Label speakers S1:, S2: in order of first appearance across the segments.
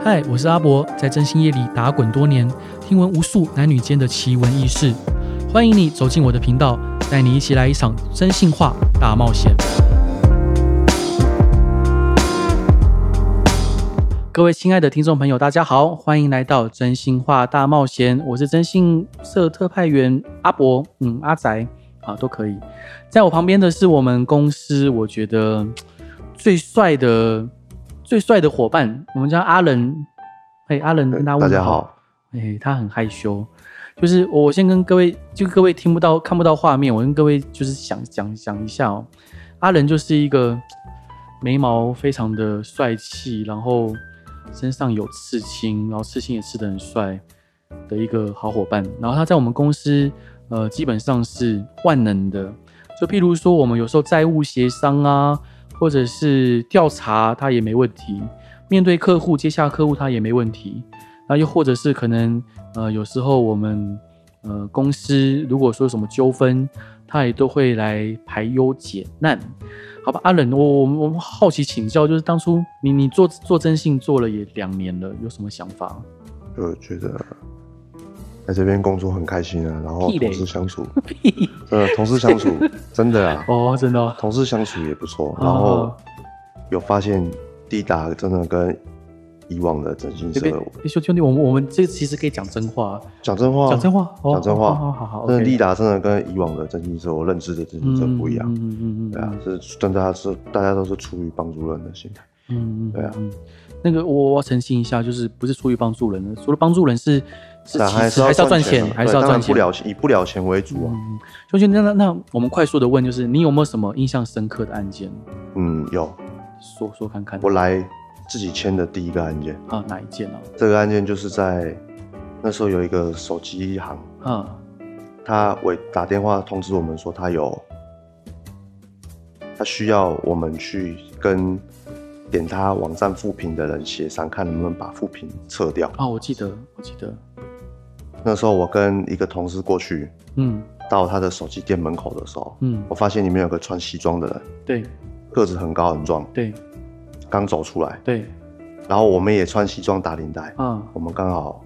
S1: 嗨，我是阿伯，在真心业里打滚多年，听闻无数男女间的奇闻异事。欢迎你走进我的频道，带你一起来一场真性化大冒险。各位亲爱的听众朋友，大家好，欢迎来到真心话大冒险，我是真性社特派员阿伯，嗯，阿宅啊都可以。在我旁边的是我们公司，我觉得嗯最帅的最帅的伙伴，我们叫阿仁。嘿，阿仁跟他问
S2: 嗯大家好，
S1: 哎、他很害羞。就是我我先跟各位，就各位听不到、看不到画面，我跟各位就是想讲讲一下哦。阿仁就是一个眉毛非常的帅气，然后身上有刺青，然后刺青也刺得很帅的一个好伙伴。然后他在我们公司，呃，基本上是万能的。就譬如说，我们有时候债务协商啊，或者是调查，他也没问题；面对客户、接下客户，他也没问题。那又或者是可能呃，有时候我们呃公司如果说有什么纠纷，他也都会来排忧解难。好吧，阿冷，我我们我们好奇请教，就是当初你你做做征信做了也两年了，有什么想法？
S2: 就觉得在这边工作很开心啊，然后
S1: 屁嘞
S2: 同事相 处，真的同事相处 真的啊，
S1: 哦，真的哦、
S2: 同事相处也不错
S1: 哦，
S2: 然后有发现地达真的跟以往的征信
S1: 这边
S2: 社，
S1: 诶兄兄弟，我们我们这其实可以讲真话，
S2: 讲真话，
S1: 讲真，话，哦
S2: 讲真
S1: 好
S2: 话
S1: 好好好，
S2: 真的
S1: OK
S2: 地达真的跟以往的征信社我认知的征信社不一样，
S1: 嗯嗯嗯嗯，
S2: 对啊，是真的是大家都是出于帮助人的心态，
S1: 嗯，嗯，
S2: 对啊
S1: 嗯。那个我我要澄清一下，就是不是出于帮助人的，除了帮助人是是
S2: 但
S1: 其
S2: 还
S1: 实
S2: 要
S1: 还是要赚
S2: 钱
S1: 钱
S2: 啊，，
S1: 还是
S2: 对
S1: 要
S2: 当
S1: 赚
S2: 然
S1: 钱。
S2: 不了以不了钱为主啊，
S1: 嗯，兄弟，那那那我们快速的问，就是你有没有什么印象深刻的案件？
S2: 嗯，有
S1: 说说看看。
S2: 我来自己签的第一个案件。
S1: 啊，哪一件呢、
S2: 这个案件就是在那时候有一个手机行，
S1: 啊？啊，
S2: 他委打电话通知我们说他有，他需要我们去跟点他网站复评的人协商，看能不能把复评撤掉。
S1: 啊，我记得，我记得，
S2: 那时候我跟一个同事过去
S1: 嗯
S2: 到他的手机店门口的时候，
S1: 嗯，
S2: 我发现里面有个穿西装的人，
S1: 对
S2: 个子很高很壮，
S1: 对
S2: 刚走出来，
S1: 对，
S2: 然后我们也穿西装打领带，
S1: 啊
S2: 我们刚好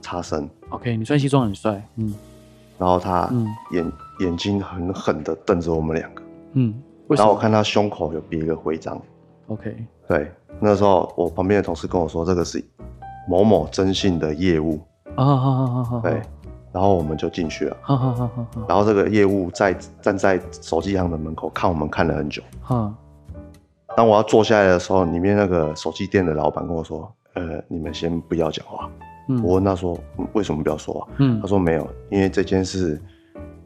S2: 擦身，
S1: ，OK，你穿西装很帅，嗯
S2: 然后他
S1: 嗯
S2: 眼、眼睛狠狠地瞪着我们两个，
S1: 嗯，为什
S2: 然
S1: 么
S2: 后我看他胸口有别一个徽章。
S1: ？OK，
S2: 对，那时候我旁边的同事跟我说，这个是某某征信的业务。
S1: 啊，好好好好，
S2: 对，然后我们就进去了。
S1: 好好好好好
S2: 然后这个业务在站在手机行的门口看我们看了很久。
S1: 好，
S2: 当我要坐下来的时候，里面那个手机店的老板跟我说：“呃，你们先不要讲话。”
S1: 嗯，
S2: 我问他说：“嗯为什么不要说话？”
S1: 嗯
S2: 他说：“没有，因为这间是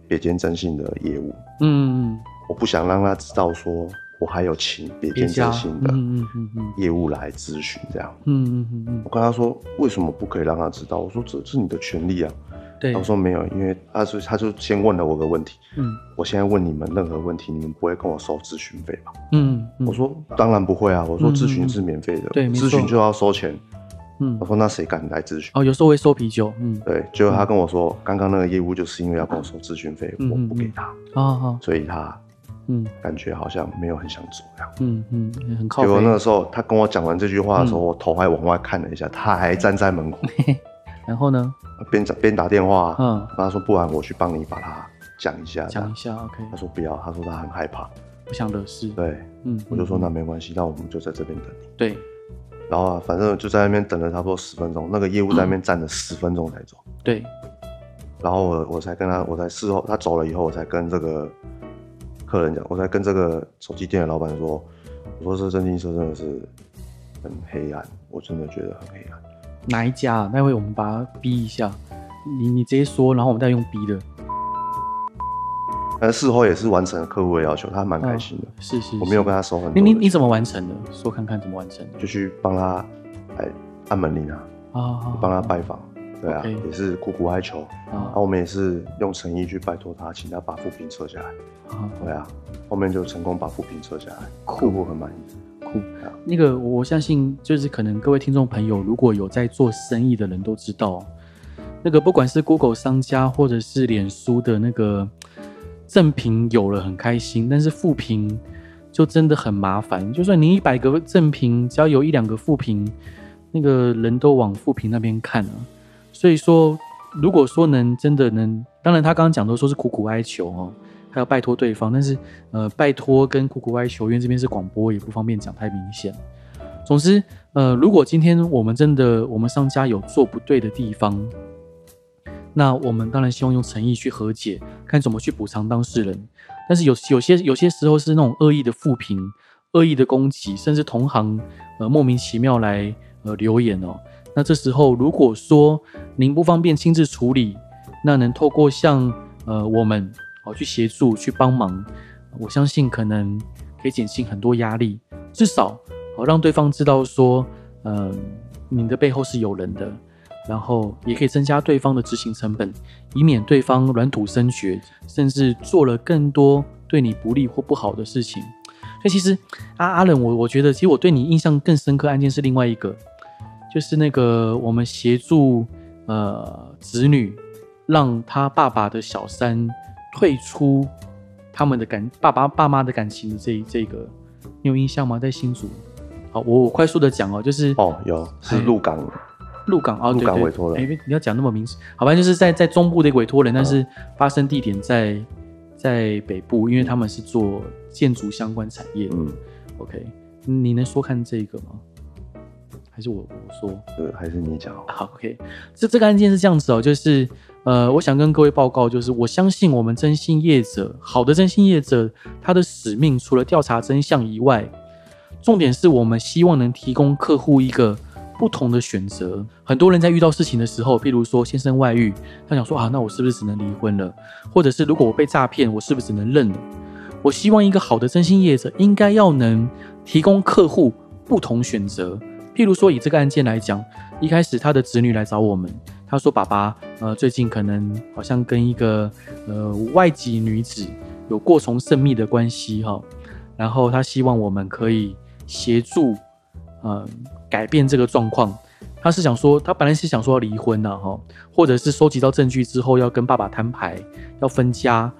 S2: 别间征信的业务。”
S1: 嗯嗯
S2: 我不想让他知道说我还有请别
S1: 别
S2: 间
S1: 家
S2: 征信的
S1: 嗯嗯嗯嗯
S2: 业务来咨询这样。
S1: 嗯嗯嗯
S2: 我跟他说为什么不可以让他知道？我说这是你的权利啊。
S1: 嗯，对，
S2: 他说没有，因为他就他就先问了我个问题，
S1: 嗯
S2: 我现在问你们任何问题，你们不会跟我收咨询费吧？
S1: 嗯，嗯
S2: 我说当然不会啊，我说
S1: 嗯
S2: 咨询
S1: 嗯
S2: 是免费的，
S1: 对没错
S2: 咨询就要收钱。
S1: 嗯
S2: 他，说那谁敢来咨询？
S1: 哦，有时候会收啤酒，嗯，
S2: 对，结果他跟我说，刚刚那个业务就是因为要跟我收咨询费，
S1: 嗯
S2: 我不
S1: 嗯
S2: 给
S1: 嗯
S2: 他，
S1: 好好，
S2: 所以他
S1: 嗯
S2: 感觉好像没有很想走这样。
S1: 嗯嗯，很靠嗯
S2: 结
S1: 北
S2: 果那个时候，他跟我讲完这句话的时候，我头还往外看了一下，他还站在门口，
S1: 然后呢，
S2: 边讲边打电话。
S1: 嗯，
S2: 他说：“不然我去帮你把他讲一下。”
S1: 讲一下，OK，
S2: 他说：“不要。”他说他很害怕。
S1: 不想惹事，
S2: 对，
S1: 嗯，
S2: 我就说：“
S1: 嗯
S2: 那没关系，那我们就在这边等你。
S1: 对，”
S2: 然后啊，反正就在那边等了差不多十分钟，那个业务在那边站了十分 钟才走。
S1: 对，
S2: 然后我我才跟他，我才事后他走了以后，我才跟这个客人讲，我才跟这个手机店的老板说：“我说这真金社真的是很黑暗，我真的觉得很黑暗。”
S1: 哪一家？啊待会我们把它逼一下，你你直接说，然后我们再用逼的，
S2: 但呃事后也是完成了客户的要求，他蛮开心的。
S1: 是是，
S2: 我没有
S1: 是
S2: 跟他收很多的
S1: 你
S2: 钱，
S1: 嗯你你怎么完成的？说看看怎么完成的
S2: 就去帮他哎按门铃啊，
S1: 啊，
S2: 帮他拜访，对啊，
S1: OK
S2: 也是苦苦哀求。然
S1: 啊
S2: 后我们也是用诚意去拜托他，请他把副评撤下来，
S1: 啊，
S2: 对啊，后面就成功把副评撤下来，
S1: 酷
S2: 客户很满意。
S1: 酷。那个我我相信，就是可能各位听众朋友，如果有在做生意的人都知道，那个不管是 Google 商家或者是脸书的那个正评有了很开心，但是负评就真的很麻烦。就算你一百个正评，只要有一两个负评，那个人都往富平那边看啊。所以说，如果说能真的能，当然他刚刚讲都说是苦苦哀求哦，还要拜托对方，但是呃，拜托跟苦苦哀求，因为这边是广播，也不方便讲太明显。总之，呃，如果今天我们真的我们商家有做不对的地方，那我们当然希望用诚意去和解，看怎么去补偿当事人。但是有有些有些时候是那种恶意的负评、恶意的攻击，甚至同行呃莫名其妙来呃留言哦。那这时候如果说您不方便亲自处理，那能透过像呃我们哦去协助去帮忙，我相信可能可以减轻很多压力，至少好、哦、让对方知道说，嗯、你的背后是有人的，然后也可以增加对方的执行成本，以免对方软土生绝，甚至做了更多对你不利或不好的事情。所以其实阿阿冷，我我觉得其实我对你印象更深刻案件是另外一个，就是那个我们协助呃子女让他爸爸的小三退出他们的感爸爸爸妈的感情的这一这个，你有印象吗？在新竹。好，我我快速的讲哦，就是
S2: 哦，有是
S1: 哎
S2: 鹿港，
S1: 鹿港啊，
S2: 鹿
S1: 对
S2: 港
S1: 对
S2: 委托人嗯
S1: 哎你要讲那么明，好吧，就是在在中部的一个委托人，但是发生地点在在北部，因为他们是做建筑相关产业的。
S2: 嗯，
S1: OK，你能说看这个吗？还是我我说？
S2: 呃，还是你讲好，
S1: 好，OK，这这个案件是这样子哦，就是呃，我想跟各位报告，就是我相信我们征信业者，好的征信业者，他的使命除了调查真相以外，重点是我们希望能提供客户一个不同的选择。很多人在遇到事情的时候，譬如说先生外遇，他想说啊，那我是不是只能离婚了？或者是如果我被诈骗，我是不是只能认了？我希望一个好的征信业者应该要能提供客户不同选择。譬如说，以这个案件来讲，一开始他的子女来找我们，他说：“爸爸，呃，最近可能好像跟一个呃外籍女子有过从甚密的关系哈、然后他希望我们可以协助，呃，改变这个状况。他是想说，他本来是想说要离婚呐、哈、或者是收集到证据之后要跟爸爸摊牌，要分家。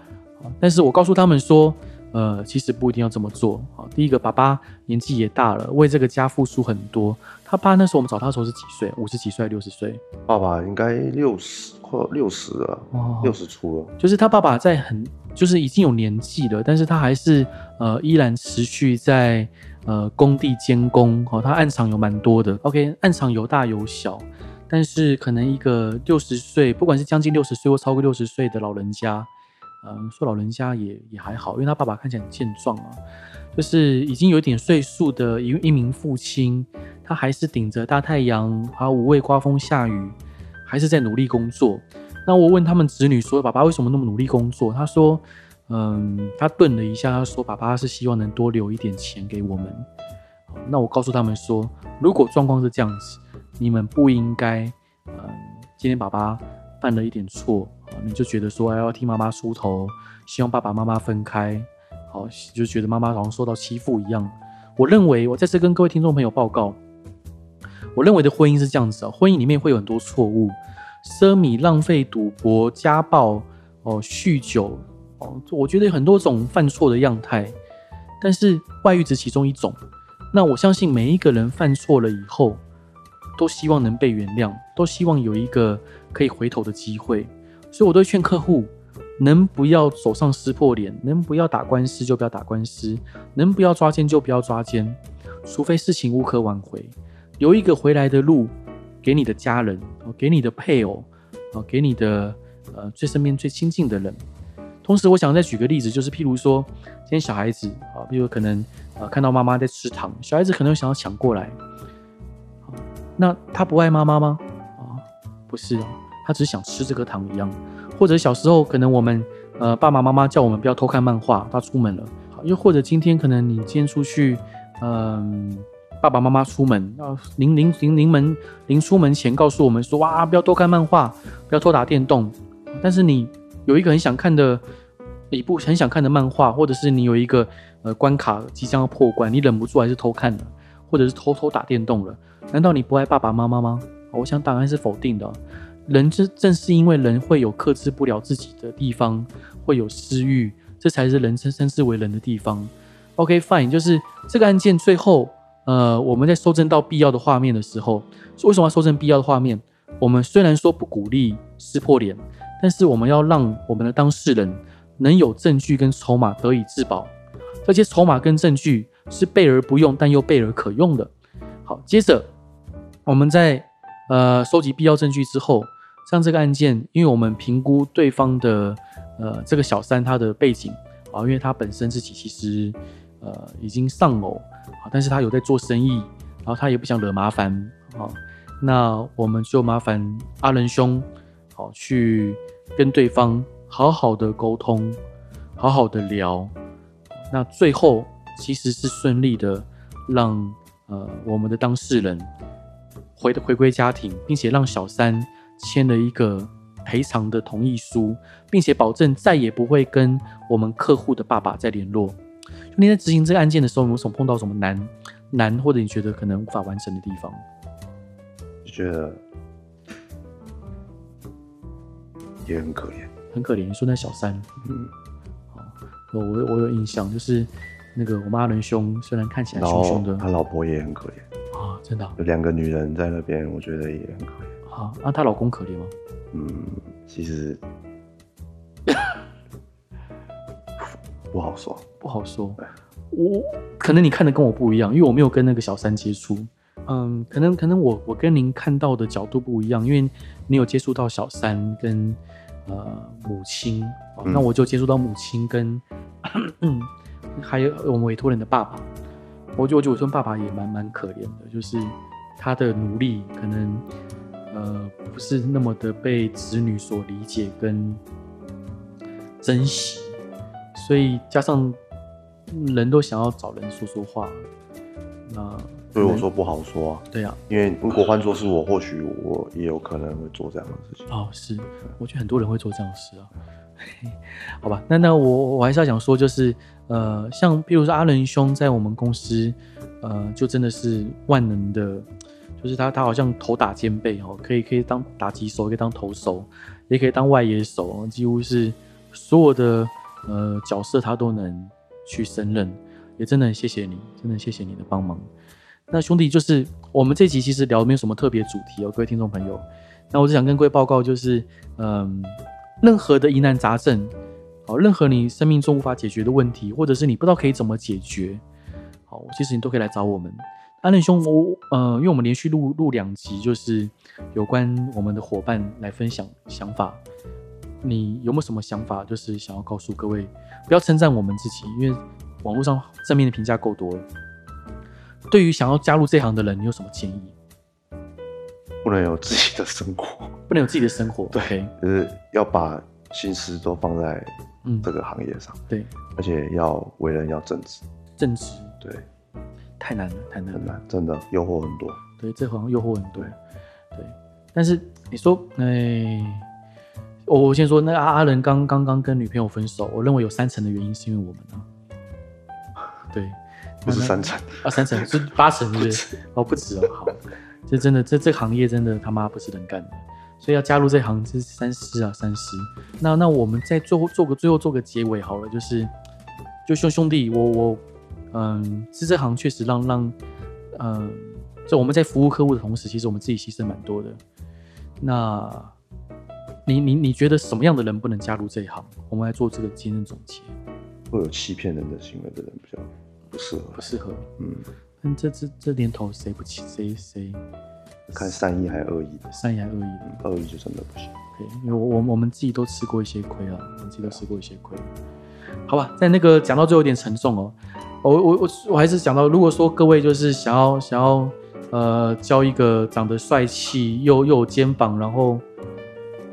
S1: 好但是我告诉他们说，呃，其实不一定要这么做。好，第一个，爸爸年纪也大了，为这个家付出很多。他爸那时候我们找他的时候是几岁？五十几岁，六十岁？
S2: 爸爸应该六十快六十了，
S1: 哦
S2: 六十出了，
S1: 就是他爸爸在很就是已经有年纪了，但是他还是呃依然持续在呃工地监工哦，他暗场有蛮多的。OK，暗场有大有小，但是可能一个六十岁，不管是将近六十岁或超过六十岁的老人家，嗯、说老人家也也还好，因为他爸爸看起来很健壮啊，就是已经有一点岁数的一一名父亲，他还是顶着大太阳，还有无畏刮风下雨，还是在努力工作。那我问他们子女说：“爸爸为什么那么努力工作？”他说：“嗯，他顿了一下，他说：‘爸爸是希望能多留一点钱给我们。’好那我告诉他们说，如果状况是这样子，你们不应该，嗯，今天爸爸犯了一点错，啊你就觉得说哎要替妈妈出头，希望爸爸妈妈分开，好，就觉得妈妈好像受到欺负一样。我认为，我再次跟各位听众朋友报告，我认为的婚姻是这样子啊、婚姻里面会有很多错误，奢靡、浪费、赌博、家暴、哦、酗酒，哦，我觉得有很多种犯错的样态，但是外遇只其中一种。那我相信每一个人犯错了以后，都希望能被原谅，都希望有一个可以回头的机会。所以我都会劝客户，能不要走上撕破脸，能不要打官司就不要打官司，能不要抓奸就不要抓奸，除非事情无可挽回，留一个回来的路给你的家人，哦给你的配偶，哦，给你的呃最身边最亲近的人。同时，我想再举个例子，就是譬如说，今天小孩子啊，譬如可能呃看到妈妈在吃糖，小孩子可能想要抢过来，好那他不爱妈妈吗？啊，不是哦，他只是想吃这颗糖一样。或者小时候可能我们呃爸爸妈妈叫我们不要偷看漫画，他出门了，好又或者今天可能你今天出去，嗯、爸爸妈妈出门，啊，临临临临门临出门前告诉我们说，哇，不要多看漫画，不要多打电动。但是你有一个很想看的一部很想看的漫画，或者是你有一个呃关卡即将要破关，你忍不住还是偷看了，或者是偷偷打电动了，难道你不爱爸爸妈妈吗？我想答案是否定的。人之正是因为人会有克制不了自己的地方，会有私欲，这才是人称称之为人的地方。OK，fine，、就是这个案件最后呃，我们在修正到必要的画面的时候，为什么要修正必要的画面？我们虽然说不鼓励撕破脸，但是我们要让我们的当事人能有证据跟筹码得以自保。这些筹码跟证据是备而不用，但又备而可用的。好，接着我们在呃收集必要证据之后，像这个案件，因为我们评估对方的呃这个小三他的背景啊，因为他本身自己其实呃已经丧偶啊，但是他有在做生意，然后他也不想惹麻烦啊，那我们就麻烦阿仁兄好去跟对方好好的沟通，好好的聊，那最后其实是顺利的让呃我们的当事人回回归家庭，并且让小三签了一个赔偿的同意书，并且保证再也不会跟我们客户的爸爸再联络。就你在执行这个案件的时候，有没有什么碰到什么难难，或者你觉得可能无法完成的地方？
S2: 就觉得也很可怜。
S1: 很可怜，你说那小三，嗯，好，我我我有印象，就是那个我们阿伦兄虽然看起来
S2: 然
S1: 凶
S2: 后
S1: 凶的
S2: 他老婆也很可怜，
S1: 啊，真的啊
S2: 有两个女人在那边，我觉得也很可怜。
S1: 啊，那她老公可怜吗？
S2: 嗯，其 实不好说。
S1: 不好说，我可能你看的跟我不一样，因为我没有跟那个小三接触，嗯，可能可能我我跟您看到的角度不一样，因为你有接触到小三跟呃母亲、哦
S2: 嗯
S1: 那我就接触到母亲跟 还有我们委托人的爸爸，我就我觉得我跟爸爸也蛮蛮可怜的，就是他的努力可能呃不是那么的被子女所理解跟呃珍惜，所以加上嗯人都想要找人说说话，那
S2: 所以我说不好说、啊，
S1: 对啊，
S2: 因为如果换作是我，或许我也有可能会做这样的事情。
S1: 哦，是，我觉得很多人会做这样的事啊。 好吧，那那我我还是要想说，就是呃，像譬如说阿伦兄在我们公司，呃，就真的是万能的，就是他他好像头打肩背哦，可以可以当打击手，也可以当投手，也可以当外野手，哦几乎是所有的呃角色他都能去胜任，也真的很谢谢你，真的很谢谢你的帮忙。那兄弟，就是我们这集其实聊没有什么特别主题哦，各位听众朋友，那我只想跟各位报告，就是嗯，任何的疑难杂症，好，任何你生命中无法解决的问题，或者是你不知道可以怎么解决，好，其实你都可以来找我们。安仁兄，我呃，因为我们连续录录两集，就是有关我们的伙伴来分享想法。你有没有什么想法？就是想要告诉各位，不要称赞我们自己，因为网络上正面的评价够多了。对于想要加入这行的人，你有什么建议？
S2: 不能有自己的生活，
S1: 不能有自己的生活，对，
S2: 就是要把心思都放在
S1: 嗯，
S2: 这个行业上，
S1: 对，
S2: 而且要为人要正直，
S1: 正直
S2: 对，
S1: 太难了，太难了，
S2: 很难，真的诱惑很多。
S1: 对，这好像诱惑很多。对，但是你说，哎、我我先说，那阿阿仁刚刚刚跟女朋友分手，我认为有三成的原因是因为我们啊，对，
S2: 不是
S1: 那
S2: 三成，
S1: 啊三成是八成是不是？哦，不止哦，好，这真的这这行业真的他妈不是人干的，所以要加入这行这是三思啊三思。那那我们再最后做个最后做个结尾好了，就是就兄兄弟，我我嗯，是这行确实让让嗯，就我们在服务客户的同时，其实我们自己牺牲蛮多的。那你你你觉得什么样的人不能加入这一行？我们来做这个今天的总结，
S2: 会有欺骗人的行为的人比较不适合
S1: 不。适合。
S2: 嗯，
S1: 但这这这年头谁不欺谁谁
S2: 看善意还是恶意的，
S1: 善言恶意的，
S2: 恶意就真的不行。
S1: 对，因为我我我们自己都吃过一些亏啊，我们自己都吃过一些亏。好吧，在那个讲到最后有点沉重哦，我我我我还是讲到，如果说各位就是想要想要呃交一个长得帅气又又有肩膀，然后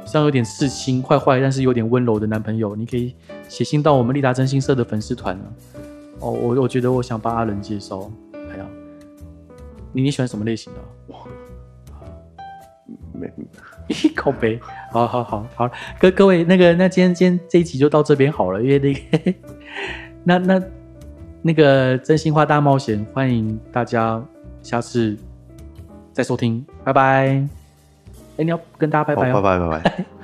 S1: 像有点刺青坏坏，但是有点温柔的男朋友，你可以写信到我们利达真心社的粉丝团啊。哦，我我觉得我想帮阿伦介绍。哎呀，你你喜欢什么类型的啊？
S2: 没，
S1: 口碑，好好好好，各各位那个，那今天今天这一集就到这边好了，因为那个 那那那个真心话大冒险，欢迎大家下次再收听，拜拜。哎、你要跟大家拜拜
S2: 好，拜
S1: 哦，
S2: 拜拜拜。